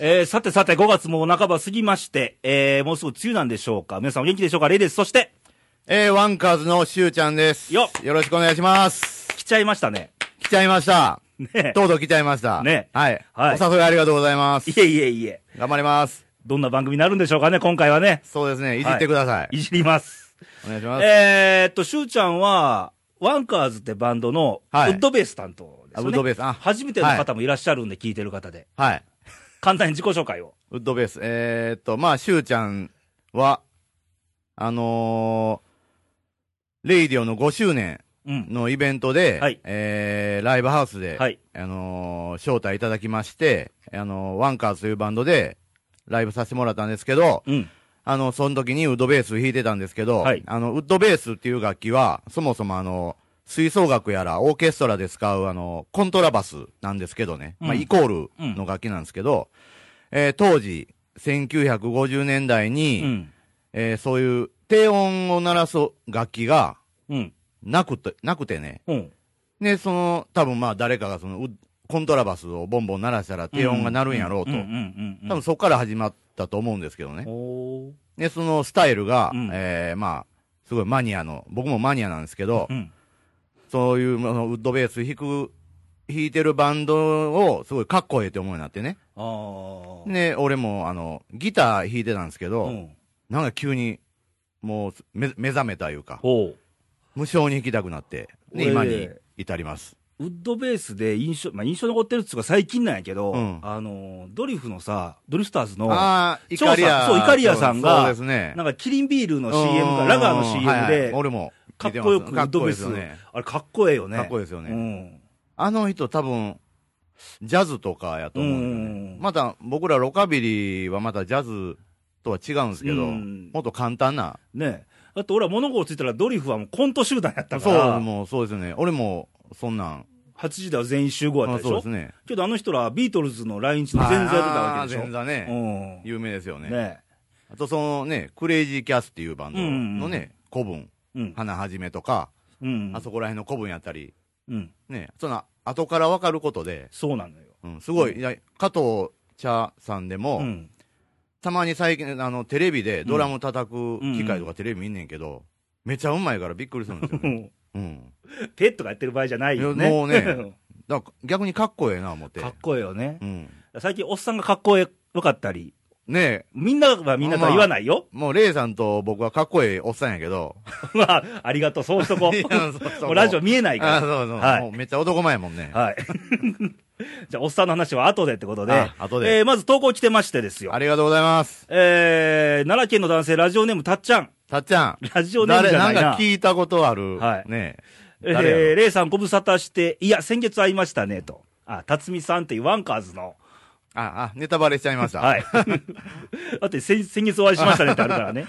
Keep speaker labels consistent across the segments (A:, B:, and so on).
A: えー、さてさて、5月も半ば過ぎまして、えー、もうすぐ梅雨なんでしょうか皆さんお元気でしょうかレイです。そして、
B: えー、ワンカーズのしゅうちゃんです。
A: よっ
B: よろしくお願いします。
A: 来ちゃいましたね。
B: 来ちゃいました。
A: ねえ
B: とうとう来ちゃいました。
A: ね
B: はい。
A: はい
B: お誘いありがとうございます
A: い。えいえいえ。
B: 頑張ります。
A: どんな番組になるんでしょうかね今回はね。
B: そうですね。いじってください。
A: いじります。
B: お願いします。
A: えーっと、しゅうちゃんは、ワンカーズってバンドの、ウ
B: はい
A: ッドベース担当ですよね。
B: あウッドベースあ
A: 初めての方もいらっしゃるんで、聞いてる方で。
B: はい。
A: 簡単に自己紹介を。
B: ウッドベース。えー、っと、まあ、しゅうちゃんは、あのー、レイディオの5周年
A: うん。
B: のイベントで、
A: はい
B: えー、ライブハウスで、
A: はい。
B: あのー招待いただきまして、あのーワンカーズというバンドで、ライブさせてもらったんですけど、
A: うん。
B: あの、その時にウッドベース弾いてたんですけど、
A: はい
B: あの、ウッドベースっていう楽器は、そもそもあの、吹奏楽やらオーケストラで使うあの、コントラバスなんですけどね、まあ、
A: うん
B: イコールの楽器なんですけど、えー当時、1950年代
A: う
B: に、
A: ん。
B: えーそういう低音を鳴らす楽器が
A: うん。
B: なくて、なくてね、
A: うん。
B: で、その、多分まあ誰かがその、ウッコントラバスをボンボン鳴らしたら低音が鳴るんやろうと、
A: うんうんうん。
B: 多分そこから始まったと思うんですけどね。
A: おー
B: で、そのスタイルが、
A: うん
B: えーまあ、すごいマニアの、僕もマニアなんですけど、
A: うん。
B: そういうまあウッドベース弾く、弾いてるバンドを、すごいかっこええって思うようになってね。
A: あー。
B: で、俺も、あの、ギター弾いてたんですけど、
A: うん。
B: なんか急に、もうめ、目覚めたいうか、
A: ほう。
B: 無性に弾きたくなって、
A: ええ
B: で今に至ります。
A: ウッドベースで印象、まあ、印象残ってるっつうか最近なんやけど、
B: うん
A: あの、ドリフのさ、ドリフターズの、な
B: ああ、イ
A: 調査
B: カリア。
A: そうイカリアさんが
B: そうですね
A: ん。かキリンビールの CM
B: う
A: か、
B: ん
A: ラガーの CM で、
B: はいはい俺も
A: か
B: 見
A: って
B: ます、
A: こよくウ
B: か
A: ッ
B: っ
A: ド
B: こ
A: ベ
B: いい
A: ー
B: です
A: ス、
B: よね。
A: あれかっこええよね。
B: かっこいいですよね
A: うん。
B: あの人多分、ジャズとかやと思うんだよ
A: う
B: ね
A: ん。
B: また、僕らロカビリーはまたジャズとは違うんですけど、
A: うん
B: もっと簡単な。
A: ねだって俺は物心ついたらドリフはもうコント集団やったか
B: そう、
A: ら、
B: もうそうですね。俺も、そんなん。
A: 8時では全員集合やったでし
B: そう
A: ょ
B: ですね。
A: けどあの人らビートルズの来日の前座やってたわけでし
B: あ
A: ょ
B: ー前。座ね。
A: う
B: 有名ですよね。
A: ん。ね
B: あと、そのね、クレイジーキャスっていうバンドのね、古文、
A: うん。
B: 花はじめとか、
A: うん。
B: あそこら辺の古文やったり、
A: うん。
B: ね、その後から分かることで、
A: そうなのよ。
B: うん、すごい、いや加藤茶さんでも、
A: うん。
B: たまに最近、あの、テレビでドラム叩く機械とかテレビ見んねんけど、めちゃうまいからびっくりするんですよね。 うん。
A: ペットがやってる場合じゃないよね。
B: いやも うねだから逆にかっこええな思って。
A: かっこいいよね
B: う。ん。
A: 最近おっさんがかっこよかったり、
B: ねえ、
A: みんなはみんなとは言わないよ。
B: もうレイさんと僕はかっこええおっさんやけど。
A: まあ、 ありがとう、そうしとこ
B: いや
A: う。
B: そうそう
A: もうラジオ見えないか
B: あそうそう。
A: はい
B: もうめっちゃ男前やもんね。
A: ら。はい。 じゃあ、おっさんの話は後でってことで
B: あ。後で
A: えーまず投稿来てましてですよ
B: あ。りがとうございます。
A: えー、奈良県の男性、ラジオネームたっちゃん。
B: たっちゃん。
A: ラジオネーム
B: 誰、
A: じゃな
B: ないん
A: な。
B: か聞いたことある。
A: はい
B: ねえ。誰やろ
A: えー、レイさんご無沙汰して、いや、先月会いましたね、と。あ、辰巳さんっていうワンカーズの。
B: あ、あ、ネタバレしちゃいました。
A: はい。 だって先、先月お会いしましたねってあるからね。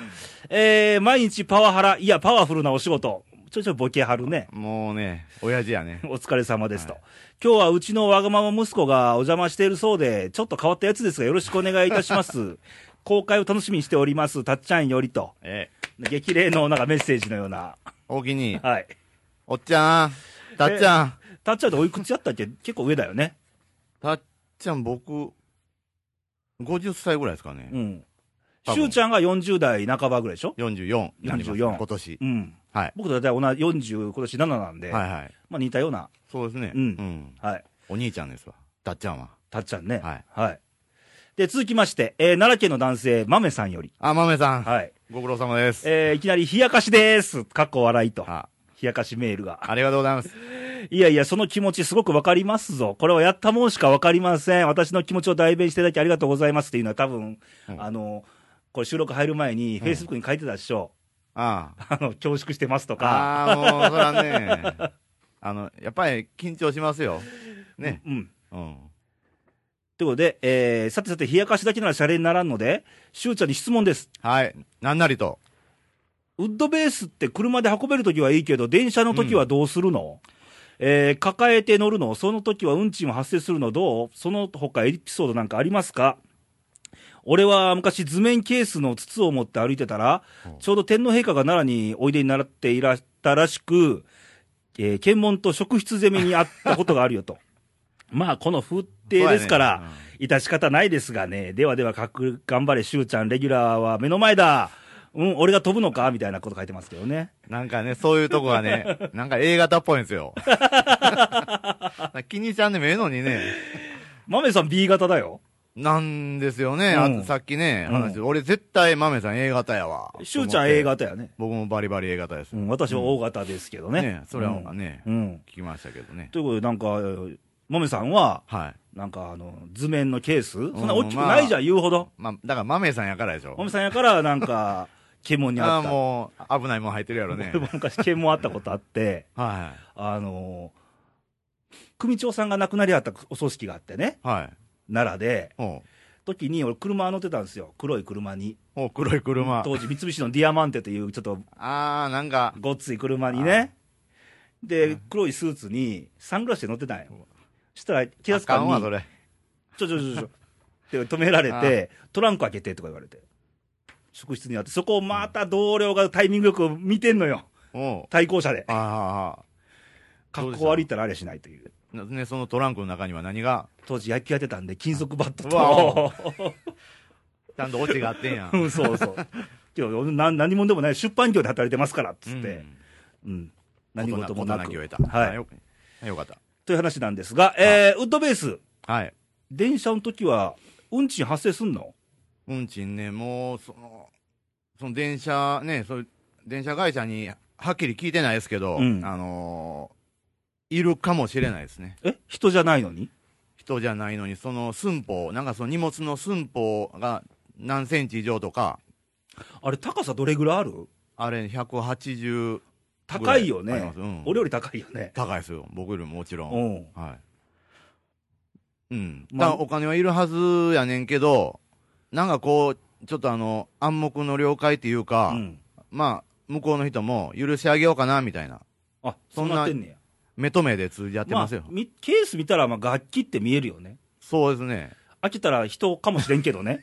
A: えー、毎日パワハラ、いや、パワフルなお仕事。ちょいちょいボケはるね。
B: もうね、親父や ね。
A: お疲れ様ですと。今日はうちのわがまま息子がお邪魔しているそうで、ちょっと変わったやつですがよろしくお願いいたし ます。公開を楽しみにしております。たっちゃんよりと。
B: ええ。
A: 激励のなんかメッセージのような。
B: おおきに、
A: はい。
B: おっちゃん、たっちゃん。
A: たっちゃんっておいくつやったっけ結構上だよね。
B: たっちゃん、僕、50歳ぐらいですかね
A: う。ん。
B: 多
A: し
B: 分
A: ゅうちゃんが40代半ばぐらいでしょ
B: 44。
A: 44
B: 今年。
A: うん。
B: はい。
A: 僕と大体同じ40、今年7なんで、
B: はいはい。
A: まあ似たような、
B: そうですね。
A: うん
B: うん。
A: はい。
B: お兄ちゃんですわ。たっちゃんは。
A: たっちゃんね。
B: はい。
A: で、続きまして、えー奈良県の男性、まめさんより。
B: あ、まめさん。
A: はい。
B: ご苦労様です。
A: えーいきなり、冷やかしです。かっこ笑いと。
B: あ、
A: 冷やかしメールが。
B: ありがとうございます。
A: いやいや、その気持ちすごくわかりますぞ。これはやったもんしかわかりません。私の気持ちを代弁していただきありがとうございますっていうのは多分、
B: うん
A: あの、これ収録入る前に、フェイスブックに書いてたでしょ。
B: ああ。
A: あの、恐縮してますとか。
B: ああ、もう、そらね。 あの、やっぱり緊張しますよ。ね。
A: うん。
B: うん。
A: ということで、えー、さてさて、冷やかしだけならシャレにならんので、しゅうちゃんに質問です。
B: はい。なんなりと。
A: ウッドベースって車で運べるときはいいけど、電車のときはどうするの、えー抱えて乗るのそのときは運賃も発生するのどうその他エピソードなんかありますか俺は昔図面ケースの筒を持って歩いてたら、ちょうど天皇陛下が奈良においでになっていらしたらし く、えー検問と職質攻めにあったことがあるよと。まあ、このふ定ですから、
B: そうやね
A: 致し方ないですがね、ではではかく、頑張れ、しゅうちゃん、レギュラーは目の前だ、うん、俺が飛ぶのかみたいなこと書いてますけどね。
B: なんかね、そういうとこ がね、なんか A 型っぽいんですよ。気にちゃんでもええのにね、
A: 豆さん B 型だよ。
B: なんですよね、
A: うん
B: あさっきね、
A: うん
B: 話、俺絶対豆さん A 型やわ。
A: しゅうちゃん A
B: と思って。
A: 型やね。
B: 僕もバリバリ A 型です。
A: う
B: ね
A: ん、私は O 型ですけどね。
B: それはね、
A: うん。うん。
B: 聞きましたけどね。
A: ということで、なんか、豆さんは、
B: はい。
A: なんか、あの、図面のケース、そんな大きくないじゃん、
B: まあ
A: 言うほど。
B: まあ、だから豆さんやからでしょ。
A: 豆さんやから、なんか、 獣にあ
B: あ
A: っ
B: ー
A: た。
B: もう、危ないもん入ってるやろね
A: 俺。も昔、獣あったことあって、
B: は
A: あの組長さんが亡くなりあったお葬式があってね、
B: い。はい。
A: 奈良で、
B: ほ
A: 時に俺、車乗ってたんですよ、黒い車に。
B: う。ほう、黒い車。
A: 当時、三菱のディアマンテという、ちょっと
B: あー、なんか、
A: ごっつい車にね。で、黒いスーツに、サングラスで乗ってたんや。そしたら、気がつ
B: あ
A: か
B: ん
A: に
B: わ、、それ。
A: ちょちょちょちょ。って止められて、トランク開けてとか言われて。職質にあって、そこをまた同僚がタイミングよく見てんのよ。
B: ほ
A: 対向車で
B: う。。あどう
A: 格
B: でし
A: 好
B: た
A: 悪いったらあれしないという。
B: ー、ね、そのトランクの中には何が、
A: 当時野球やってたんで、金属バット
B: うわ
A: と。
B: ちゃんとオチがあってんやん。
A: うん、そうそう。今日、な何者でもない、出版業で働いてますから、つって。うん。何事もな
B: 大人
A: く。
B: きを得た。
A: は
B: あ
A: い。
B: よよかった。
A: という話なんですが、えー、ウッドベース、
B: はい。
A: 電車の時は、運賃発生すんの
B: 運賃ね、もう、その、その電車、ね、そういう電車会社にはっきり聞いてないですけど、
A: うん
B: あのーいるかもしれないですね。
A: え人じゃないのに
B: 人じゃないのに、その寸法、なんかその荷物の寸法が何センチ以上とか、
A: あれ、高さどれぐらいある
B: あれ、180、
A: 高いよ
B: ぐらいあり
A: ね
B: ます。うん
A: 俺より高いよね。
B: 高いですよ。僕よりももちろん。
A: うん。
B: はい。うん。
A: まあ
B: だからお金はいるはずやねんけど、なんかこう、ちょっとあの、暗黙の了解っていうか、
A: うん
B: まあ、向こうの人も許してあげようかな、みたいな。
A: あ、そ
B: そ
A: うん
B: な
A: なってんねや。
B: 目と目で通じ合って
A: ま
B: ま
A: あ
B: すよ。、
A: みケース見たら、まあ、楽器って見えるよね。
B: そうですね。
A: 開けたら人かもしれんけどね。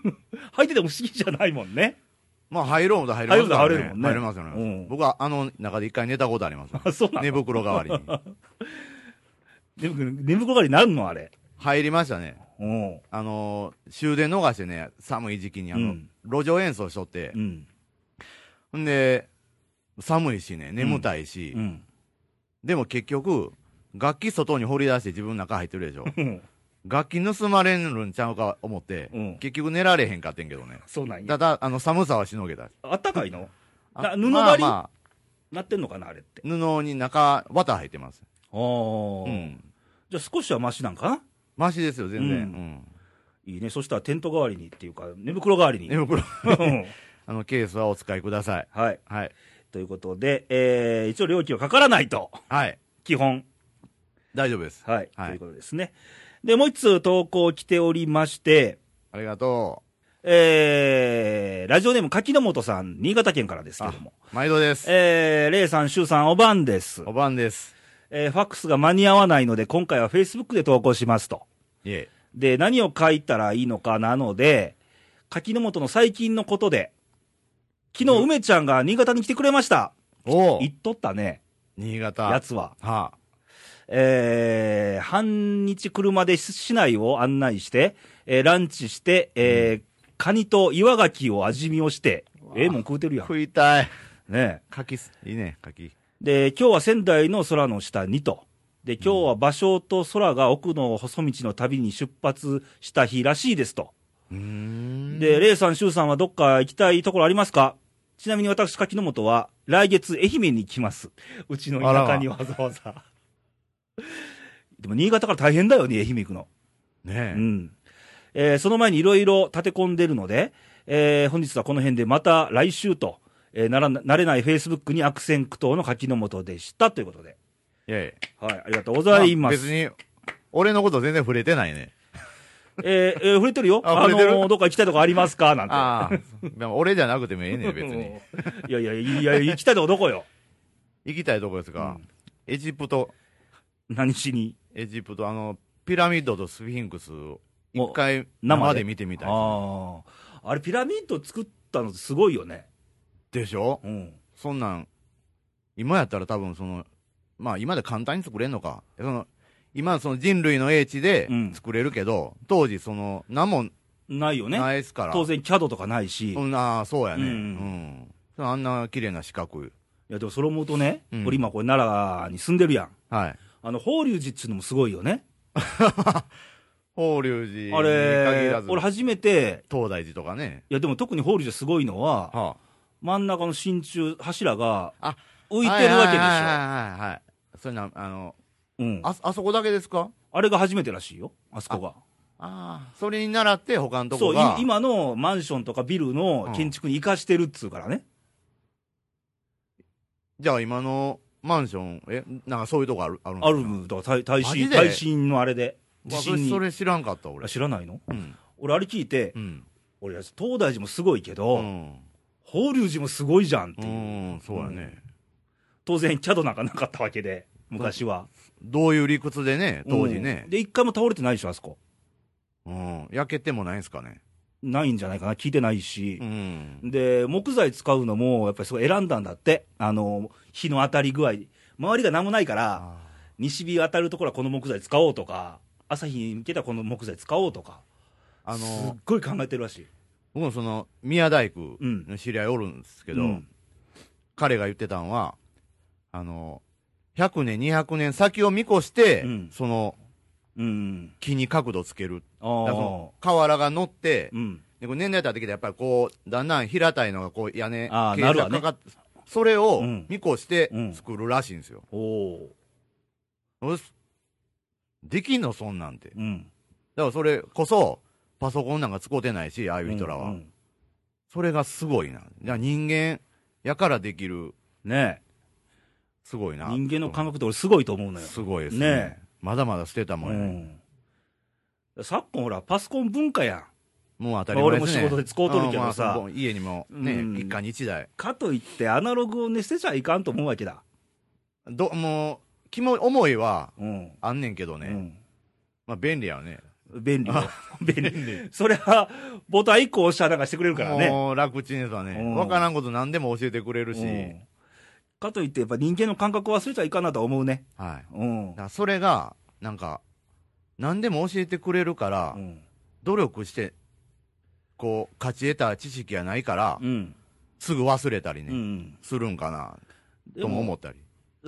A: 入ってても不思議じゃないもんね。
B: まあ、入ろうもと入れますから、
A: 入
B: ね。
A: ろうもと入れるもんね
B: 入れますよね。
A: うん
B: 僕はあの中で一回寝たことあります。
A: あ、 そうな
B: 寝
A: の
B: 袋代わりに。
A: 寝袋寝袋代わりになるのあれ。
B: 入りましたね。
A: うん。
B: あのー終電逃してね、寒い時期にあの、
A: うん
B: 路上演奏しとって
A: う、ん。
B: ほんで、寒いしね、眠たいし、
A: うん。
B: でも結局、楽器外に掘り出して自分の中入ってるで しょ。
A: うん。
B: 楽器盗まれるんちゃうか思って、
A: うん
B: 結局寝られへんかってんけどね。
A: そうなんや。
B: ただ、あの、寒さはしのげた。
A: あったかいの
B: あ
A: な布
B: まあ
A: 張り
B: まあ、
A: なってんのかなあれって。
B: 布に中、綿入ってます。
A: ああ、
B: うん。
A: じゃあ少しはマシなんかな
B: マシですよ、全然。
A: う
B: うんん。
A: いいね。そしたらテント代わりにっていうか、寝袋代わりに
B: 寝。袋、
A: うん
B: あの、ケースはお使いください。
A: はい。
B: はい。
A: ということで、えー、一応料金はかからないと。
B: はい。
A: 基本。
B: 大丈夫です。
A: はい。
B: はい
A: ということですね。で、もう一通投稿来ておりまして、
B: ありがと
A: えー、ラジオネーム柿の本さん、新潟県からですけども。
B: う。毎度です。
A: えー、レイさん、シュウさん、おばんです
B: お。ばんです。
A: えー、ファックスが間に合わないので、今回は Facebook で投稿しますと。
B: いえ。
A: で、何を書いたらいいのかなので、柿の本の最近のことで、昨日、梅ちゃんが新潟に来てくれました。
B: おう
A: 言っとったね、
B: 新潟。
A: やつは。
B: は
A: えー、半日車で市内を案内して、えーランチして、えーカニと岩牡蠣を味見をして、ええもん食うてるやん。
B: あ、
A: ね
B: 食いたい。
A: え
B: 柿す。いいね、柿。
A: で、今日は仙台の空の下にと。で、今日は場所と空が奥の細道の旅に出発した日らしいですと。
B: うーん
A: で、レイさん、シュウさんはどっか行きたいところありますかちなみに私、柿本は来月愛媛に来ます。うちの田舎にわざわざ。 でも新潟から大変だよね、愛媛行くの。
B: ね
A: う
B: え。
A: ん。えーその前にいろいろ立て込んでるので、えー本日はこの辺でまた来週と、えーなら、なれない Facebook に悪戦苦闘の柿の本でしたということで。
B: いやいや。
A: はい、ありがとうございま
B: あ
A: す。
B: 別に、俺のこと全然触れてないね。
A: えーえー触れてるよ。
B: あ
A: あ
B: 触れてる
A: のーどっか行きたいとこありますかなんて。
B: ああ。でも俺じゃなくてもええねん、別
A: うん
B: に。
A: いやいや、いやいや、行きたいとこどこよ。
B: 行きたいとこですが、エジプト、
A: 何しに。
B: エジプト、あの、ピラミッドとスフィンクスを一回
A: 生
B: 生
A: で
B: で見てみたいです
A: ああ。あれ、ピラミッド作ったのすごいよね。
B: でしょ
A: うん。
B: そんなん、今やったら多分その、まあ今で簡単に作れんのか。その、今、その人類の英知で
A: うん
B: 作れるけど、当時、その、何も
A: ないよね。
B: ないですから。
A: 当然、CAD とかないし。
B: うん、ああ、そうやね。
A: う
B: うんん。あんな綺麗な四角い。
A: いや、でもそれ思うとね、
B: うん
A: 俺今これ奈良に住んでるやん。
B: はい。
A: あの、法隆寺っつうのもすごいよね。
B: 法隆寺に
A: あ
B: 限
A: れ
B: ら、ず、
A: 俺初めて、
B: 東大寺とかね。
A: いやでも特に法隆寺すごいのは、
B: は
A: 真ん中の真鍮、柱が
B: あ
A: 浮いてるわけ
B: はいはい
A: で
B: はいはいはい。それな、あの、
A: しょ。うん。
B: あ、あそこだけですか
A: あれが初めてらしいよ、あそこが。
B: ああ。それに倣って他のと
A: そ
B: こ
A: う、い
B: が。
A: 今のマンションとかビルの建築に生かしてるっつうからね。
B: じゃあ今のマンション、え、なんかそういうとこある、あるんです
A: ア
B: か
A: ルムとか耐耐
B: マ
A: 震、
B: ジで
A: 耐震のあれで。地
B: わ
A: 震
B: そ
A: に。
B: れ知らんかった、
A: あ
B: 俺。
A: 知らないの
B: うん。
A: 俺あれ聞いて、
B: うん。
A: 俺、東大寺もすごいけ
B: う
A: ど、
B: ん。
A: 法隆寺もすごいじゃんって
B: う
A: いう。
B: ん、そうやね。
A: 当然、キャドなんかなかったわけで、昔は。
B: どういう理屈でね、当時
A: う
B: ね
A: ん。で、一回も倒れてないでしょ、あそこ。
B: うん。焼けてもないんすかね。
A: ないんじゃないかな、聞いてないし
B: う。ん。
A: で、木材使うのも、やっぱりすごい選んだんだって。あの、日の当たり具合。周りが何もないから、
B: あ
A: 西日当たるところはこの木材使おうとか、朝日に向けたらこの木材使おうとか、
B: あ
A: すっ
B: の、
A: ごい考えてるらしい。
B: 僕もその、宮大工
A: うん
B: の知り合いおるんですけど、
A: うん
B: 彼が言ってたんは、あの、100年、200年先を見越して、
A: うん
B: その、
A: うん。
B: 木に角度つける。
A: ああ
B: だからその。瓦が乗って、
A: うん。
B: でこれ年代経ってきて、やっぱりこう、だんだん平たいのがこう屋根、
A: あー
B: 傾
A: な
B: 斜
A: るわね
B: かかって、それを
A: うん
B: 見越して
A: うん
B: 作るらしいんですよ。
A: おお。
B: よしできんのそんなんて。
A: うん。
B: だからそれこそ、パソコンなんか使うてないし、ああいう人らは。
A: うんうん
B: それがすごいな。じゃあ人間やからできる、
A: ね
B: すごい
A: え
B: な。
A: 人間の感覚って俺すごいと思うのよ。
B: すごいですね。
A: ね
B: まだまだ捨てたもんやね、
A: うん、昨今ほらパソコン文化やん
B: もう当たり前ですね。
A: まあ俺も仕事で使うとるけどさ
B: うんまあ家にもね、
A: うん
B: 一家に一台。
A: かといってアナログをね捨てちゃいかんと思うわけだ
B: ど、もう、気も、思いは
A: うん、
B: あんねんけどね。まあ便利やよね。
A: うん、便利よ 便利 そりゃボタン1個押したらなんかしてくれるからね
B: もう楽ちんですわね
A: うん。
B: わからんこと何でも教えてくれるし。
A: うんかといってやっぱ人間の感覚を忘れちゃいかんなとは思うね
B: はい。だ
A: うん、
B: からそれが、なんか、何でも教えてくれるから
A: う、ん
B: 努力して、こう、勝ち得た知識がないから、
A: うん
B: すぐ忘れたり
A: う
B: ね、
A: ん、
B: するんかな、
A: で
B: とも思
A: も
B: ったり。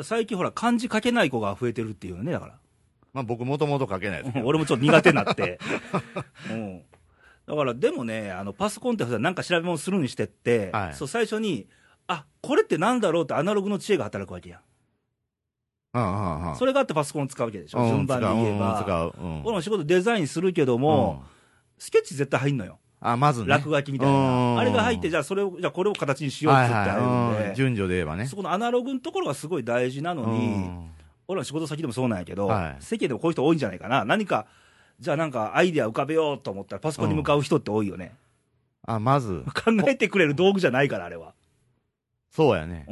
A: 最近ほら漢字書けない子が増えてるっていうねだから
B: まあ僕もともと書けないですけ
A: うん
B: ど。
A: 俺もちょっと苦手にな って、うん、だからでもねあのパソコンってさなんか調べ物するにしてって、
B: はい
A: そう最初にあこれってなんだろうってアナログの知恵が働くわけやん、
B: うんうんうん。
A: それがあってパソコンを使うわけでしょ、
B: うん
A: 順番で言えば、
B: 使う。うん
A: 俺も仕事でデザインするけども、
B: うん
A: スケッチ絶対入んのよ
B: あ、まずね。
A: 落書きみたい
B: うんう
A: な、
B: んうん
A: あれが入ってじゃあそれをじゃあこれを形にしようっつ
B: は
A: っ
B: い
A: て入るんで、
B: はいうん。順序で言えばね。
A: そこのアナログのところがすごい大事なのに、
B: うん
A: 俺らの仕事先でもそうなんやけど、
B: はい
A: 世間でもこういう人多いんじゃないかな、何か、じゃあなんかアイデア浮かべようと思ったら、パソコンに向かう人って多い よね、
B: あ、まず、
A: 考えてくれる道具じゃないから、あれは。
B: そうやね。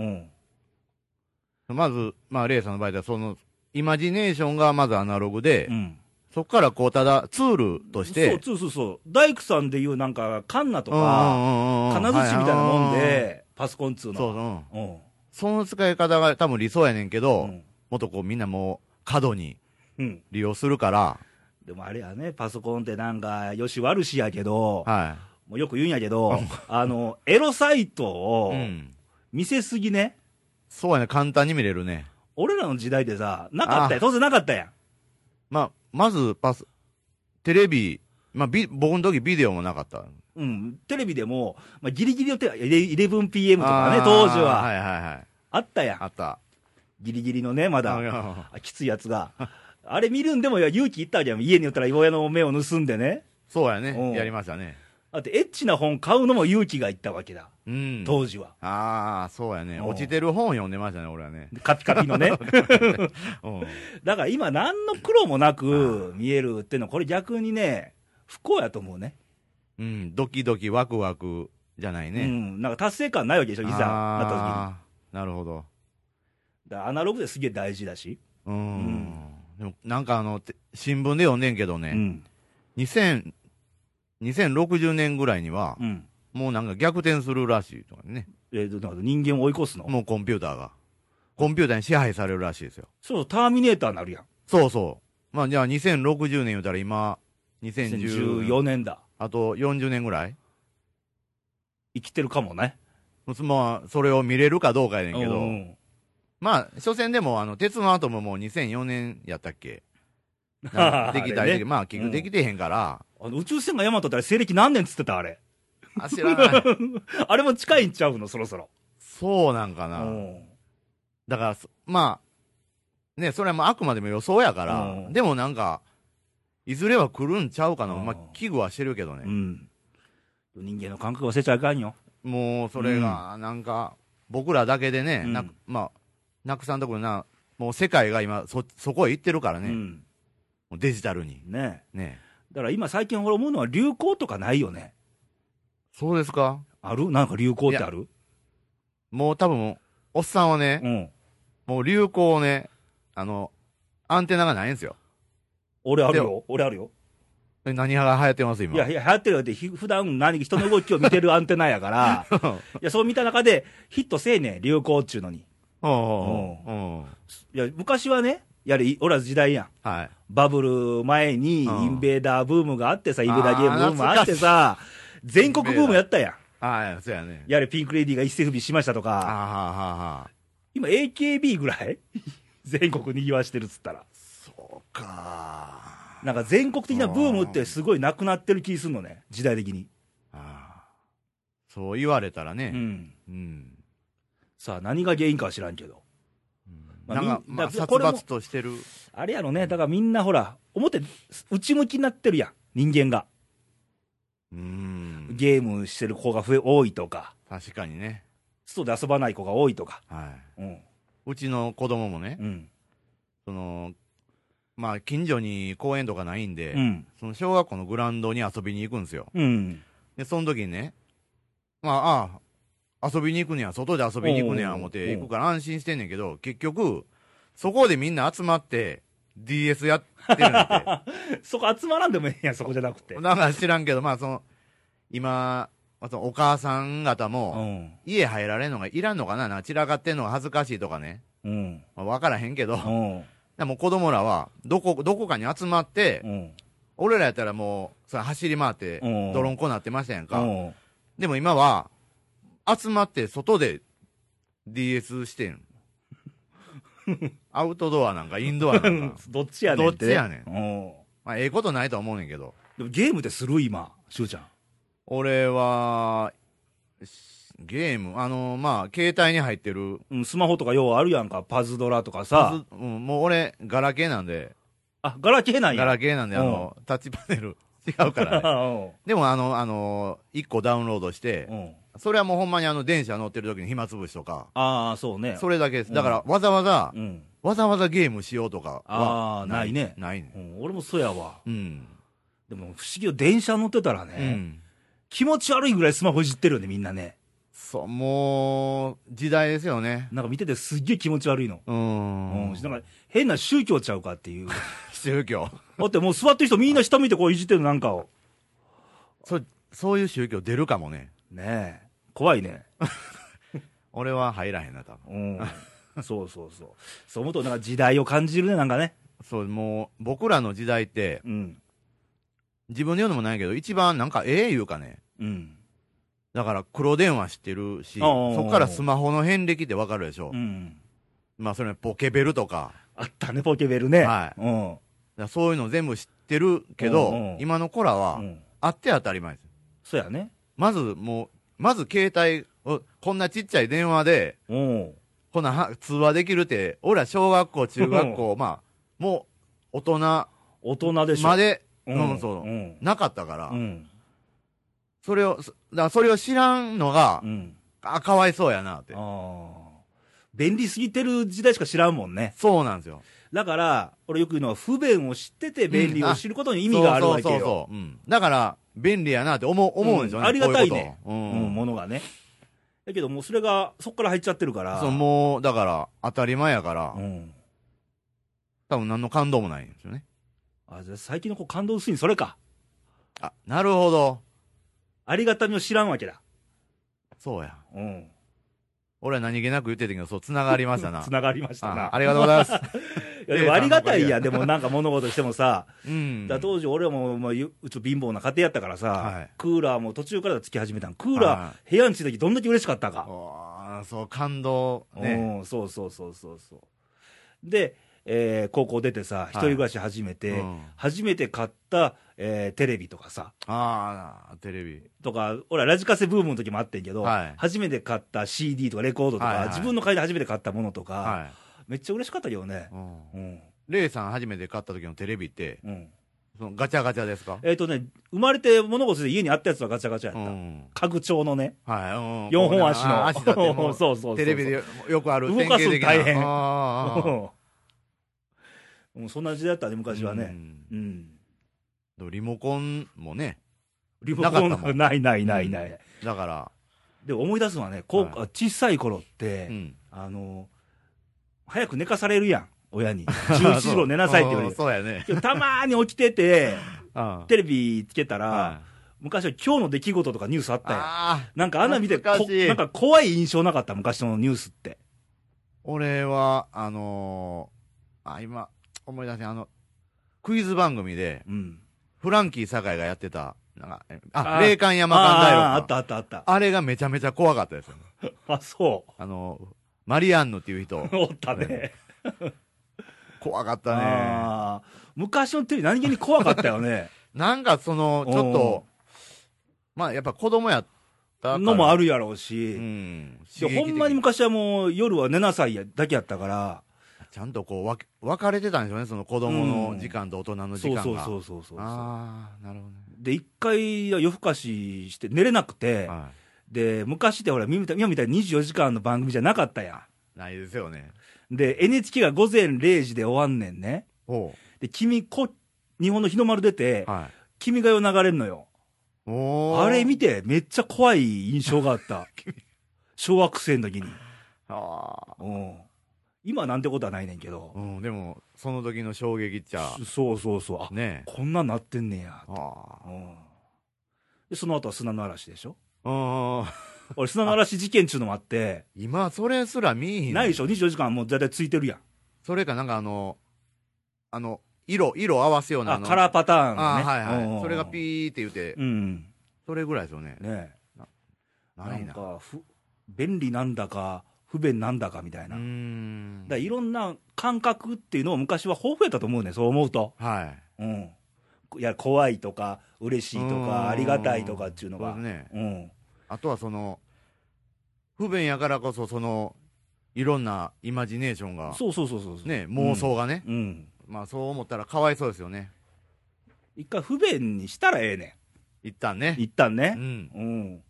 A: うん、
B: まず、まあ、レイさんの場合では、その、イマジネーションがまずアナログで、
A: うん、
B: そこからこう、ただ、ツールとして、
A: そうそうそうそう、大工さんでいうなんか、カンナとか、金
B: 金
A: 槌みたいなもんで、パソコンっつう
B: そう
A: の。
B: うん。
A: うん
B: その使い方が多分理想やねんけ
A: う
B: ど、
A: ん
B: もっとこうみんなもう過度に
A: うん
B: 利用するから、
A: でもあれやね、パソコンってなんか、よし悪しやけど、
B: は
A: もうよく言うんやけど、あの、エロサイト
B: い。
A: を
B: うん。
A: 見せすぎね、
B: そうやね、簡単に見れるね。
A: 俺らの時代でさ、なかったやん、当然なかったやん。
B: まあ、まずパス、テレビ、まあ、ビ僕の時ビデオもなかった。
A: うん、テレビでも、まあ、ギリギリのテレビ、11pm とかね、
B: あー
A: 当時は、
B: はいはいはい。
A: あったや
B: あ
A: ん、
B: った。
A: ギリギリのね、まだ、
B: あ
A: あきついやつが、あれ見るんでもいや勇気いったわけやん、家に寄ったら、親の目を盗んでね、
B: そうや
A: うん
B: ね、やりましたね。
A: だってエッチな本買うのも勇気がいったわけだ、
B: うん。
A: 当時は、
B: ああ、そうやね。
A: うん
B: 落ちてる本読んでましたね、俺はね。
A: カピカピの ね、
B: うん。
A: だから今、何の苦労もなく見えるっていうのは、これ、逆にね、不幸やと思うね
B: うん、ドキドキワクワクじゃないうね。
A: ん、なんか達成感ないわけでしょ、いざなった時に、
B: あーなるほど。
A: だからアナログですげえ大事だし、
B: う
A: うん
B: ん。でも、なんかあの、て新聞で読んでんけど
A: う
B: ね、
A: ん、
B: 2000 2060年ぐらいには、
A: うん、
B: もうなんか逆転するらしいとかね。
A: えーとなんか人間を追い越すの
B: もうコンピューターが。コンピューターに支配されるらしいですよ。
A: そうそう、ターミネーターなるやん。
B: そうそまあじゃあ2060年言うたら今、2014
A: 2014年だ。
B: あと40年ぐらい
A: 生きてるかもね。
B: まあ、それを見れるかどうかやねんけど、
A: うん
B: まあ、所詮でも、あの、鉄のアトムも2004年やったっけ で
A: あれね
B: きたりでき、まあ、結局できてへんから、
A: あの宇宙船がヤマトってあれ西暦何年っつってたあれ。
B: あ、知らない。
A: あれも近いんちゃうの、そろそろ。
B: そうなんか
A: う
B: な。
A: ん。
B: だからそ、まあ、ね、それはまああくまでも予想やから、
A: うん
B: でもなんか、いずれは来るんちゃうかな、
A: うん
B: まあ、危惧はしてるけど
A: う
B: ね、
A: ん。人間の感覚忘れちゃいかんよ。
B: もうそれが、なんか、僕らだけでね、
A: うん
B: なくまあ、なくさんところな、もう世界が今、そそこへ行ってるからね、
A: う
B: も
A: ん。
B: うデジタルに、
A: ね
B: ね、
A: だから今最近俺思うのは流行とかないよね。
B: そうですか、
A: あるなんか流行ってある
B: もう多分おっさんはね、
A: うん。
B: もう流行をね、あの、アンテナがないんですよ。
A: 俺あるよ。俺あるよ。
B: 何が流行ってます、今。
A: いや、いや流行ってるよって、ひ普段何人の動きを見てるアンテナや から、いや、そう見た中で、ヒットせえねん、流行っちゅうのに。
B: うんうんうん
A: いや、昔はね、やれ、い俺ら時代やん。
B: はい。
A: バブル前にイ
B: うん
A: ンベーダーブームがあってさ、インベーダーゲーム
B: あ
A: ブ
B: ー
A: ームあってさ、全国ブームやったやん。
B: はい、そうやね。
A: やれ、ピンクレディーが一世不備しましたと
B: あーは
A: か、
B: ーはーはー
A: 今 AKB ぐらい 全国にぎわしてるっつったら。
B: そうか
A: なんか全国的なブームってすごいなくなってる気すんのね、時代的に。
B: あーそう言われたら
A: う
B: ね。
A: ん。
B: うん。
A: さあ、何が原因かは知らんけど。まあ
B: なんか、
A: みん
B: まあ、
A: だから
B: 殺
A: これも
B: 伐としてる。
A: あれやろね、だからみんなほら、表、内向きになってるやん、人間が。
B: うん。
A: ゲームしてる子が増え多いとか、
B: 確かにね。
A: 外で遊ばない子が多いとか。
B: はい。
A: うん。
B: うちの子供もね、
A: うん。
B: その、まあ、近所に公園とかないんで、
A: うん。
B: その小学校のグラウンドに遊びに行くんですよ。
A: うん。
B: で、その時にね、まあ、ああ、遊びに行くねや、外で遊びに行くねや、
A: おうおう
B: 思って行くから安心してんねんけど、結局、そこでみんな集まって、DS やってる んだ
A: そこ集まらんでもええやん、そこじゃなくて。
B: っ
A: う
B: て。
A: ん。
B: なんか知らんけど、まあ、その、今、まあそのお母さん方も、家入られんのがいらんのかな、なんか散らかってんのが恥ずかしいとかね、
A: うん。
B: まあ、わからへんけど、
A: うん。
B: でも子供らは、どこ、どこかに集まって、
A: うん。
B: 俺らやったらもう、それ走り回って、
A: うん
B: 泥んこなってましたやんか。
A: うん。
B: でも今は、集まって外で DS してん。アウトドアなんかインドアなんか
A: どっちやねんって。
B: どっちやねん
A: うん。
B: まあ、ええことないとは思うねんけど。
A: でもゲームってする今、しゅうちゃん。
B: 俺は、しゲーム、あのまあ、携帯に入ってる。
A: うん、スマホとかようあるやんか、パズドラとかさ。
B: ずうん、もう俺、ガラケーなんで、
A: あ、ガラケーなん
B: ガ
A: や。
B: ラケーなんで、あの、タッチパネル違うか らね。でもあの、あの一個ダウンロードし
A: う
B: て
A: ん。、うん。
B: それはもうほんまにあの、電車乗ってる時に暇つぶしとか、
A: ああ、そうね。
B: それだけです。だから、わざわざ、
A: うん。
B: わざわざゲームしようとか
A: あ
B: は
A: ーないね
B: ないね。
A: うん、俺もそうやわ。
B: うん。
A: でも不思議よ、電車乗ってたらね、
B: うん。
A: 気持ち悪いぐらいスマホいじってるよね、みんなね。
B: そう、もう、時代ですよね。
A: なんか見ててすっげえ気持ち悪いの。
B: う。
A: うんん。なんか変な宗教ちゃうかっていう。
B: 宗教。
A: だってもう座ってる人みんな下見てこういじってるのなんかを。
B: そ、そういう宗教出るかもね。
A: ねえ。怖いね。
B: 俺は入らへんな、多分。
A: うん。そうそうそう。そう思うとなんか時代を感じるね、なんかね。
B: そう、もう、僕らの時代って、
A: うん。
B: 自分で言うのもないけど、一番なんかええいうかね。
A: うん。
B: だから、黒電話してるし、
A: あー
B: そっからスマホの遍歴ってわかるでしょ
A: う。ん。
B: まあ、それポケベルとか、
A: あったね、ポケベルね。
B: はい
A: うん。
B: だからそういうの全部知ってるけ
A: うんう
B: ど
A: ん、
B: 今の子らは
A: う、ん。
B: あって当たり前です。
A: そうやね。
B: まずもう、まず携帯を、こんなちっちゃい電話で、
A: うん。
B: こんなは通話できるって、俺ら小学校、中 学校、まあ、もう、大人
A: 大人でしょ。
B: まで、
A: う。
B: うんんそう
A: うん。
B: なかったから、
A: うん。
B: それを、そだからそれを知らんのが、
A: うん。
B: あ、かわいそうやなって。
A: ああ。便利すぎてる時代しか知らんもんね。
B: そうなんですよ。
A: だから、俺よく言うのは、不便を知ってて便利
B: うん
A: を
B: あ
A: 知ることに意味があるわけ
B: そうそう
A: よ。
B: そうそう、うんだから、便利やなって思う、思うんですよね。
A: うんありがたいね
B: こういううことうん
A: ん、ものがね。だけどもうそれが、そこから入っちゃってるから。
B: そう、もう、だから、当たり前やから、
A: うん。
B: 多分何の感動もないんですよね。
A: あ、じゃあ最近のこう感動薄いんそれか。
B: あ、なるほど。
A: ありがたみを知らんわけだ。
B: そうや。
A: うん。
B: 俺は何気なく言ってたけど、そう、繋がりましたな。
A: 繋がりました
B: あ
A: な。
B: ありがとうございます。
A: いやでもありがたいやん、でもなんか物事してもさ、
B: うん。
A: だから当時、俺も、まあ、ゆうちょ貧乏な家庭やったからさ、
B: はい
A: クーラーも途中からつき始めたん、クー
B: は
A: ラー、部屋についた時どんだけ嬉しかったか、
B: あーそう、感動。ね。
A: うん、そうそうそうそうそう。で、えー高校出てさ、一人暮らし始めて、
B: うん
A: 初めて買った、えーテレビとかさ、
B: ああ、テレビ。
A: とか、俺はラジカセブームの時もあってんけど、
B: はい
A: 初めて買った CD とかレコードとか、
B: はいはい
A: 自分の買いで初めて買ったものとか、
B: は
A: めっちゃ嬉しかったよね
B: い。う。ん
A: うん。
B: レイさん初めて買った時のテレビって、
A: うん。
B: そのガチャガチャですか
A: えっ、とね、生まれて物腰で家にあったやつはガチャガチャや
B: う
A: った。
B: ん。
A: 家具調のね、
B: はい。うん
A: 4本足
B: あー
A: の。
B: 足だっても う
A: そうそうそう。
B: テレビでよくある
A: 動
B: 典
A: か
B: 型
A: すの
B: 的な。
A: 大変うん。
B: あーあ ー
A: もうそんな時代だったね、昔はね。。
B: う
A: うんん。
B: でもリモコンもね、
A: リモコン
B: なかったもん
A: ないないないない。
B: だから、
A: でも思い出すのはね、こう
B: は
A: 小さい頃って、
B: うん。
A: あの、早く寝かされるやん、親に。11時頃寝なさいって言わ れる。
B: そうやね。
A: けどたまーに起きてて、
B: あ
A: テレビつけたら、
B: あ
A: 昔は今日の出来事とかニュースあったやん。
B: あー。
A: なんかあんな見て、こ
B: 懐かしい
A: なんか怖い印象なかった、昔のニュースって。
B: 俺は、あのー、あ、今、思い出せん、あの、クイズ番組で、
A: うん。
B: フランキー堺がやってた、なんか、え
A: あ
B: あ、
A: ー
B: 霊感山間大
A: あーあっ
B: 郎か。
A: たあったあった。
B: あれがめちゃめちゃ怖かったですよ。
A: あ、そ
B: あの、マリアンヌっていう 人
A: う。、おったね。
B: 怖かったね。
A: あー昔のテレビ何気に怖かった よね。
B: なんかその、ちょっと、まあやっぱ子供やったから。
A: のもあ
B: る。
A: るやろう
B: う
A: し。
B: ん。
A: いや
B: 刺激的
A: ほんまに昔はもう夜は寝なさいやだけやったから。
B: ちゃんとこう、わけ分かれてたんでしょうね、その子供の時間と大人の時
A: そう
B: 間が。
A: そうそうそうそう。
B: ああ、なるほどね。
A: で、一回夜更かしして寝れなくて、
B: は
A: で、昔ってほら、今みたい今みたいに24時間の番組じゃなかったや
B: い。ないですよね。
A: ん。で、NHK が午前0時で終わんねんね。
B: おう。
A: で、君こ、日本の日の丸出て、
B: はい。
A: 君が代流れるのよ。
B: おー
A: あれ見て、めっちゃ怖い印象があ った。小学生の時に。
B: ああ。
A: うん今なんてことはないねんけど
B: う。ん、でも、その時の衝撃っちゃ、
A: そうそうそう。あ、
B: ねえ。
A: こんなんなってんねや。
B: あ
A: うんで、その後は砂の嵐でしょ
B: あ。うん。
A: 俺、砂の嵐事件っちゅうのもあって、
B: 今、それすら見えへん。
A: ないでしょ ?24 時間もう大体ついてるやん。
B: それかなんかあの、あの、色、色合わせような
A: あ、
B: の。
A: カラーパターンね。
B: あーはいはい、
A: うん
B: それがピーって言って、
A: うん。
B: それぐらいですよね。
A: ね
B: な
A: ないん
B: な。
A: かふ、便利なんだか、不便なんだかみたいう
B: ー
A: な。だか
B: ん。
A: らいろんな感覚っていうのを昔は豊富やったと思うね、そう思うと。
B: はい。
A: うん。いや、怖いとか、嬉しいと
B: うん
A: か、ありがたいとかっていうのが。
B: そうですね。
A: うん。
B: あとはその、不便やからこそ、その、いろんなイマジネーションが、
A: そうそうそうそうそう。
B: ね、妄想がね、
A: うん。
B: まあそう思ったらかわいそうですよね。
A: 一回不便にしたらええね
B: 一旦ね
A: ん。。一旦
B: う
A: ね。
B: ん。
A: うん。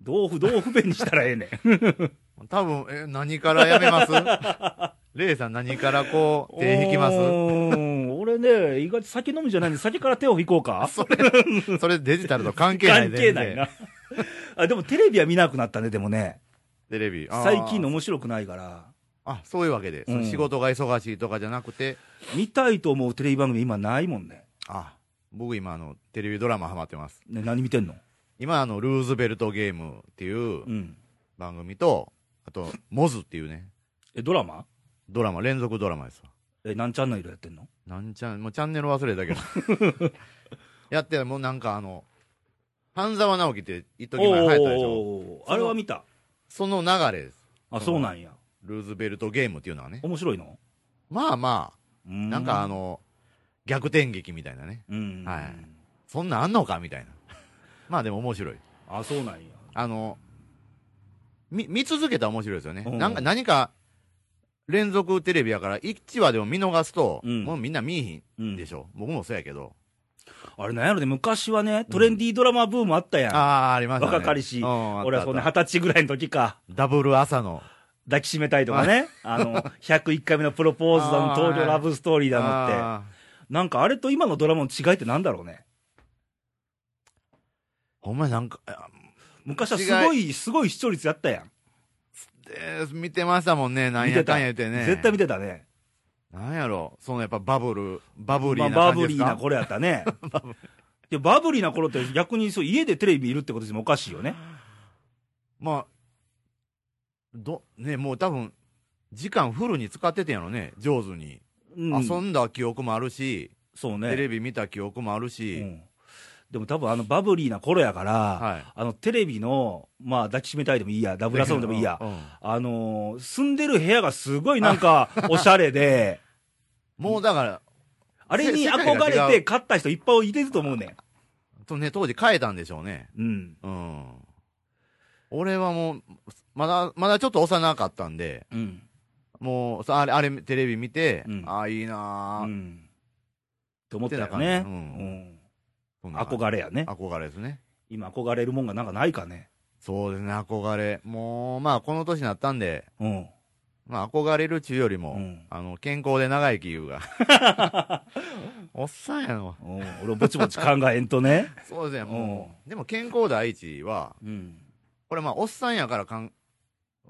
A: どう 不、どう不便にしたらええねん。
B: 多分、え、何からや めますレイさん何からこう、手引きま
A: うー
B: す
A: ん俺ね、意外と酒飲みじゃないんで、酒から手を引こうか。
B: それデジタルと関係ない
A: 関
B: で
A: 係ないな。 あでもテレビは見なくなったね、でもね。
B: テレビ。あー
A: 最近の。面白くないから。
B: あ、そういうわけで。そ
A: うん
B: の仕事が忙しいとかじゃなくて、
A: 見たいと思うテレビ番組今ないもんね。
B: あ、僕今あの、テレビドラマハマってます。
A: ね何見てんの
B: 今あの、ルーズベルトゲームっていう
A: うん。
B: 番組と、あと、モズっていうね、
A: え、ドラマ
B: ドラマ、連続ドラマですわ。
A: え、何チャンネルやってんの
B: なんちゃん、もうチャンネル忘れたけど。 やってたもうなんかあの、半沢直樹って一時前流行ったでしょ。
A: おーあれは見た。
B: その流れです。
A: あ、そうなんや。
B: ルーズベルトゲームっていうのはね。
A: 面白いの
B: まあまあ、
A: な
B: なんかあ、の、逆転劇みたいなね。
A: うん。
B: はいそんなんあんのかみたいな。 まあでも面白い。
A: あ、そうなんや。
B: あの、見、見続けたら面白いですよね。
A: うん
B: なんか、何か、連続テレビやから、1話でも見逃すと、
A: うん
B: もうみんな見え
A: う
B: ひ
A: ん
B: んでしょ。僕もそうやけど。
A: あれなんやろね、昔はね、トレンディードラマブームあったやん。
B: ああ、ありましたね。
A: 若かりし
B: うんあった
A: 俺はそんな
B: あっ
A: 二十歳ぐらいの時か。
B: たダブル朝の。
A: 抱きしめたいとか ね、あの、101回目のプロポーズだの、
B: あー
A: 東京ラブストーリーだのって、
B: あー
A: なんかあれと今のドラマの違いってなんだろうね。
B: ほんまなんか、あ
A: 昔はすごい、すごい視聴率やったやん。
B: で見てましたもんね。なんやかんや言ってね。
A: 絶対見てたね。
B: なんやろ。そのやっぱバブル、バブリ
A: まあ
B: ーな
A: バ
B: 感じ
A: ブ
B: で
A: リ
B: す
A: ー
B: か、
A: な頃やった ね。いやバブリーな頃って逆にそう家でテレビ見るってことでもおかしいよね。
B: まあ、ど、ね、もう多分、時間フルに使っててんやろね、上手に。
A: うん
B: 遊んだ記憶もあるし、
A: そう
B: テレ
A: ね、
B: ビ見た記憶もある
A: う
B: し、
A: ん、でも多分あのバブリーな頃やから、
B: はい。
A: あのテレビの、まあ、抱きしめたいでもいいや、ダブル遊ンでもいいや
B: う、ん
A: あのー住んでる部屋がすごいなん か、おしゃれで、
B: もうだから、
A: あれに
B: 世界が違う
A: 憧れて買った人いっぱいいてると思うね
B: とね、当時変えたんでしょうね。
A: ん。うん。
B: うん。俺はもう、まだ、まだちょっと幼かったんで、
A: うん。
B: もう、さあれ、あれ、テレビ見て、
A: うん
B: ああ、いいな
A: う
B: ぁ、
A: ん。と思ったよね。
B: ってな感じうんそ
A: う
B: ん
A: ん
B: な感じ
A: 憧れやね。
B: 憧れですね。
A: 今憧れるもんがなんかないかね。
B: そうですね、憧れ。もう、まあ、この年になったんで、
A: うん。
B: まあ、憧れるちゅうよりも、
A: うん
B: あの、健康で長生きいうが。 おっさんやの。
A: うん俺もぼちぼち考えんとね。
B: そうですね、もう。でも、健康第一は、
A: うん。
B: これまあ、おっさんやからかん、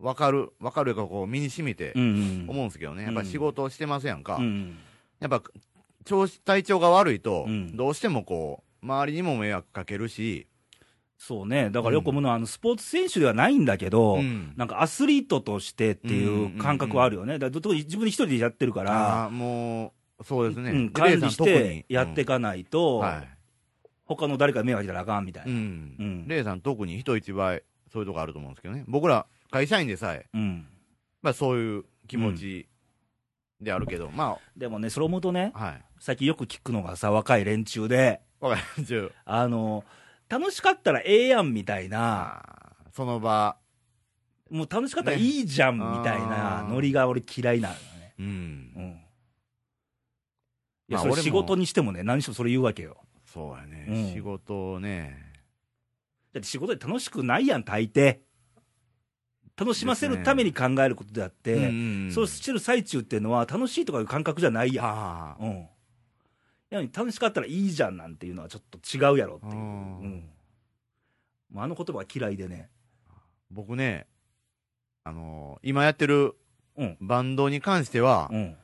B: わかる、わかるかこう、身に染みて
A: う、ん。
B: 思うんですけどね。やっぱ仕事してますやんか。
A: うん。
B: やっぱ、調子、体調が悪いと、
A: うん
B: どうしてもこう、周りにも迷惑かけるし、
A: そうね。だからよく思うのは、あの、スポーツ選手ではないんだけど、
B: うん
A: なんかアスリートとしてっていう感覚はあるよね。だから特に自分で一人でやってるから、
B: あーもう、そうですね。
A: うん、
B: グレ
A: 管
B: イさん
A: 理してやっていかない
B: 特に
A: と、
B: うんはい。
A: 他の誰かに迷惑じゃなあかんみたいうな。
B: ん
A: うん
B: レイさん特に人一倍そういうとこあると思うんですけどね僕ら会社員でさえ、
A: うん。
B: まあ、そういう気持ちであるけど、ま
A: でもね、それ思うとね、
B: あはい
A: 最近よく聞くのがさ、若い連中で、
B: わかりますよ
A: あの、楽しかったらええやんみたいな、
B: あーその場
A: もう楽しかったらいいじゃんみたいな
B: あー
A: ノリが俺嫌いなのね。
B: うん、
A: うん。いや、
B: まあ
A: それ
B: 俺も
A: 仕事にしてもね、何にしてもそれ言うわけよ。
B: そうやね、
A: うん
B: 仕事をね
A: だって仕事で楽しくないやん、大抵。楽しませるために考えることであって、
B: ん
A: そうしてる最中っていうのは楽しいとかいう感覚じゃないやん。
B: あー
A: うん。やのに楽しかったらいいじゃんなんていうのはちょっと違うやろっていう。う
B: うん
A: ん。もうあの言葉は嫌いでね。
B: 僕ねあのー今やってる
A: うん
B: バンドに関しては、
A: うん。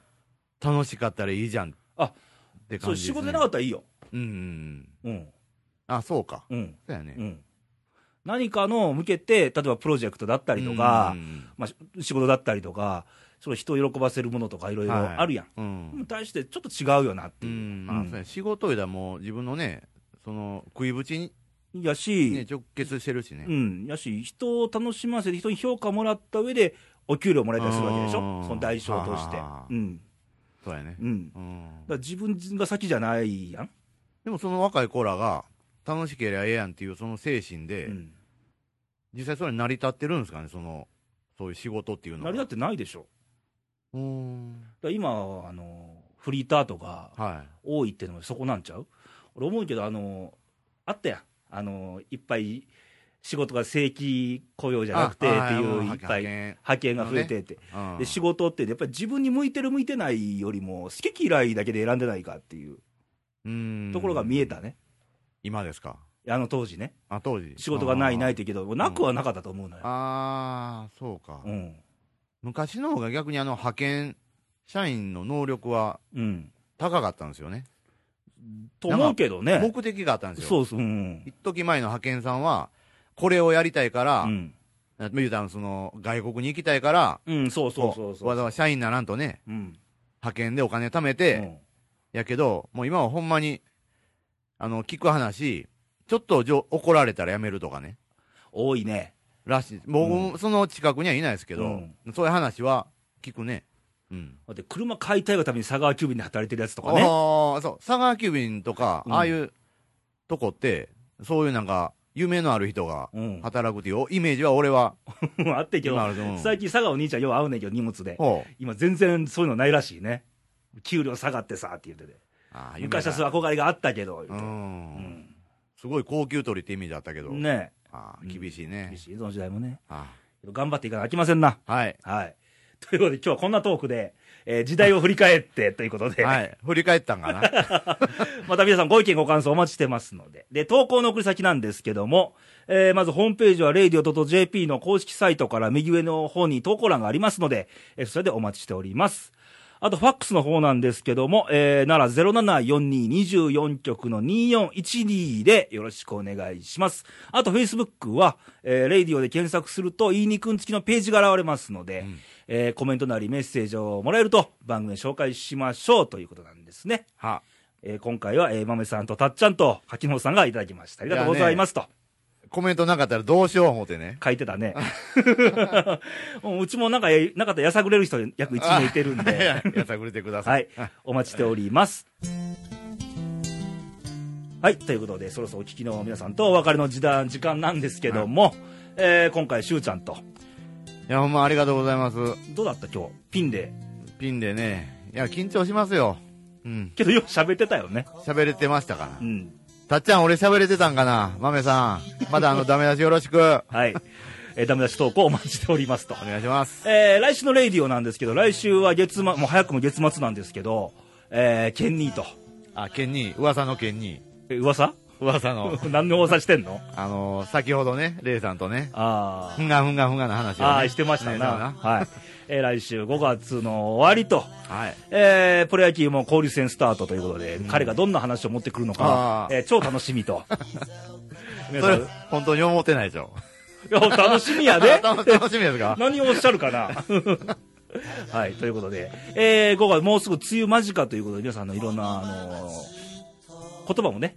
B: 楽しかったらいいじゃん
A: あ
B: って
A: そ
B: 感
A: う、
B: じです、
A: 仕
B: ね、
A: 事でなかったらいいよ。
B: うんうんうん
A: うん。
B: あそうか
A: うん。
B: そうやね、
A: うん。何かの向けて、例えばプロジェクトだったりとか
B: う、ん
A: まあし、仕事だったりとか、その人を喜ばせるものとかいろいろ
B: はい
A: あるやん。
B: うん
A: でも対してちょっと違うよなって
B: う
A: いう。
B: ん、まあ、そうや仕事よりはもう自分のね、その食いぶちに、
A: やし、
B: ね、直結してるしね。
A: うん、やし、人を楽しませて、人に評価もらった上で、お給料もらえたりするわけでしょ
B: うん、
A: その代償として
B: はあはあ。
A: うん、
B: そうやね。
A: うん。だか
B: うん。
A: ら自分が先じゃないやん。
B: でもその若い子らが、楽しければええやんっていうその精神で、
A: うん
B: 実際それ成り立ってるんですかね、その、そういう仕事っていうの
A: 成り立ってないでしょ。
B: うーん。
A: だから今、あの、フリーターとか
B: は
A: 多いってのもそこなんちゃう俺思うけど、あの、あったやん。あの、いっぱい仕事が正規雇用
B: い。
A: じゃなくてって
B: あはい
A: いう、
B: はい
A: いっぱい
B: 派
A: 派遣が増えてって。
B: 遣うん
A: で、仕事って、やっぱり自分に向いてる向いてないよりも、好き嫌いだけで選んでないかっていう
B: うん
A: ところが見えたね。
B: 今ですか。
A: あの当時ね、
B: あ、当時。
A: 仕事がない、ない
B: い。
A: って言うけど、もうなくはなかったと思うのよ。
B: あー、そうか。
A: うん。
B: 昔の方が逆にあの、派遣社員の能力は
A: うん。
B: 高かったんですよね。
A: と思うけどね。
B: 目的があったんですよ。
A: そうそう。うん。
B: 一時前の派遣さんは、これをやりたいから
A: う、ん。
B: 言うたらその、外国に行きたいから、
A: うん、そうそうそう
B: こうわ
A: そう。
B: ざわざ社員にならんとね、
A: うん。
B: 派遣でお金貯め
A: う
B: て、
A: ん
B: やけど、もう今はほんまに、あの、聞く話、ちょっとじょ怒られたらやめるとかね、
A: 多いね。
B: らしい。僕、
A: う
B: その近くにはいないですけど、
A: うん
B: そういう話は聞くね。うん。
A: だって車買いたいがために佐川急便で働いてるやつとか
B: あ
A: ね。
B: ーそう、佐川急便とか、
A: うん
B: ああいうとこって、そういうなんか、夢のある人が
A: うん。
B: 働くっていうイメージは俺は、
A: あってんけど
B: 今あ、ると思う。
A: 最近佐川お兄ちゃんよう会うねんけど、荷物で。
B: ほう
A: 今全然そういうのないらしいね。給料下がってさ、って言ってて。
B: ああ夢
A: 昔はそう
B: が
A: いう憧れがあったけど、言
B: う
A: うて
B: ん。すごい高級取りって意味だったけど。
A: うん。ね
B: ああ厳しいね。
A: 厳しい、その時代もね。
B: あ
A: 頑張っていかなきゃいけませんな。
B: あはい。
A: はい。ということで、今日はこんなトークで、えー時代を振り返ってということで、
B: はい。振り返ったんかな。
A: また皆さんご意見ご感想お待ちしてますので。で、投稿の送り先なんですけども、えーまずホームページは radio.jp の公式サイトから右上の方に投稿欄がありますので、えーそれでお待ちしております。あと、ファックスの方なんですけども、えー、なら074224局の2412でよろしくお願いします。あと、Facebook は、えー、レイディオで検索すると、いいにくん付きのページが現れますので、えーコメントなりメッセージをもらえると、番組で紹介しましょうということなんですね。
B: は
A: えー今回は、えー、豆さんとたっちゃんと柿野さんがいただきました。ありがとうございますと。
B: コメントなかったらどうしよう思ってね。
A: 書いてた ね。もううちもなんか、えなかったらやさぐれる人約1名いてるん
B: い
A: で、
B: や、やさぐれてくださ
A: はいい。、お待ちしております。はい、ということで、そろそろお聞きの皆さんとお別れの時間時間なんですけども、えー今回、しゅうちゃんと、
B: いや、ほんまありがとうございます。
A: どうだった今日、ピンで。
B: ピンでね。いや、緊張しますよ。うん。
A: けどよく喋ってたよね。
B: 喋れてましたか
A: う
B: ら。
A: ん。
B: たっちゃん、俺喋れてたんかな豆さん。まだあの、ダメ出しよろしく。お
A: はい。えーダメ出し投稿お待ちしておりますと。
B: 願いします。
A: えー来週のレイディオなんですけど、来週は月末、もう早くも月末なんですけど、えー、ケンニーと。
B: あ、ケンニー。噂のケンニー。
A: え噂
B: 噂の。
A: 何の噂してんの
B: あのー、先ほどね、レイさんとね、
A: あ
B: ふんがふんがふんがな話
A: あ。
B: を、ね。
A: ああ、してました
B: ね
A: な。。はい。えー来週5月の終わりと、
B: そうはい。
A: えープロ野球も交流戦スタートということで、彼がどんな話を持ってくるのか
B: あ、
A: え
B: ー
A: ー超楽しみ と。皆
B: そ
A: さ
B: れ
A: ん、い、
B: 本当に思ってないでしょ。
A: や楽しみやで。
B: 楽楽しみです か
A: 何をおっしゃるかな はい、ということで、えー、午後はもうすぐ梅雨間近ということで、皆さんのいろんな、あのー言葉もね、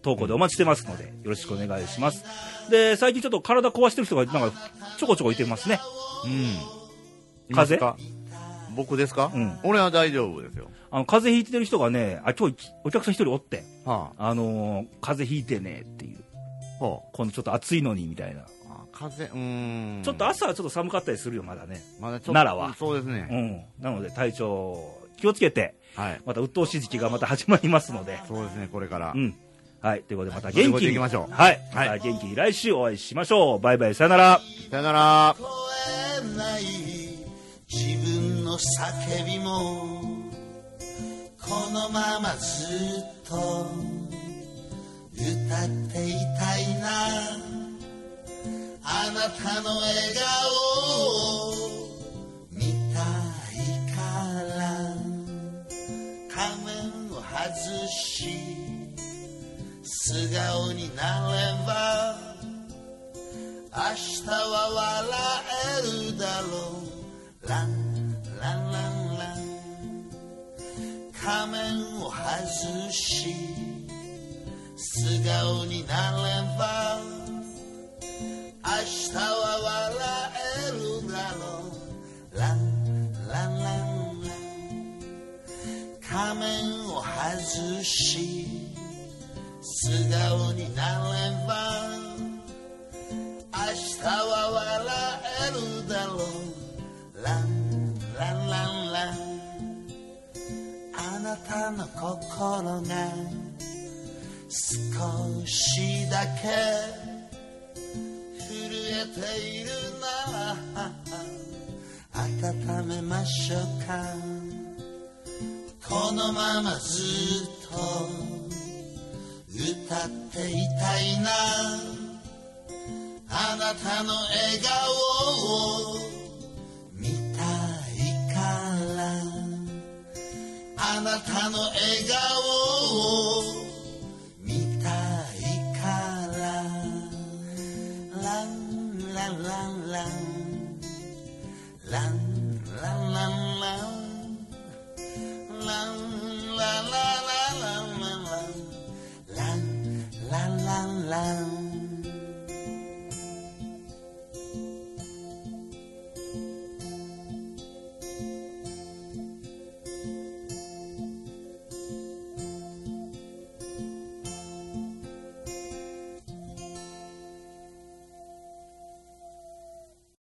A: 投稿でお待ちしてますので、よろしくお願いします。で、最近ちょっと体壊してる人が、なんか、ちょこちょこいてますね。
B: うん。
A: 風邪
B: いますか僕ですか、
A: うん
B: 俺は大丈夫ですよ。
A: あの、風邪ひいてる人がね、あ、今日お客さん一人おって、
B: は
A: あのー風邪ひいてねっていう、
B: あ。は
A: このちょっと暑いのにみたいな。
B: あ。風、うーん。
A: ちょっと、朝はちょっと寒かったりするよ、まだね。
B: まだちょっと
A: 奈良は
B: そうです
A: う
B: ね。
A: ん。なので、体調、気をつけて、
B: はい。
A: また鬱陶しい時期がまた始まりますので、
B: そうですね、これから。
A: うん。はい。ということで、また
B: 乗り
A: 元
B: 越
A: 気
B: えて
A: に。
B: いきましょう
A: はい。ま
B: はい
A: た元気に来週お会いしましょう。バイバイ、さよなら。
B: さよなら。
C: 聞こえない自分の叫びもこのままずっと歌っていたいなあなたの笑顔を見たいから仮面を外し素顔になれば明日は笑えるだろうランランランラン仮面を外し素顔になれば明日は笑えるだろうランランランラン仮面を外し素顔になれば明日は笑えるだろうランランランランあなたの心が少しだけ震えているなら温めましょうかこのままずっと歌っていたいなあなたの笑顔を見たいからあなたの笑顔を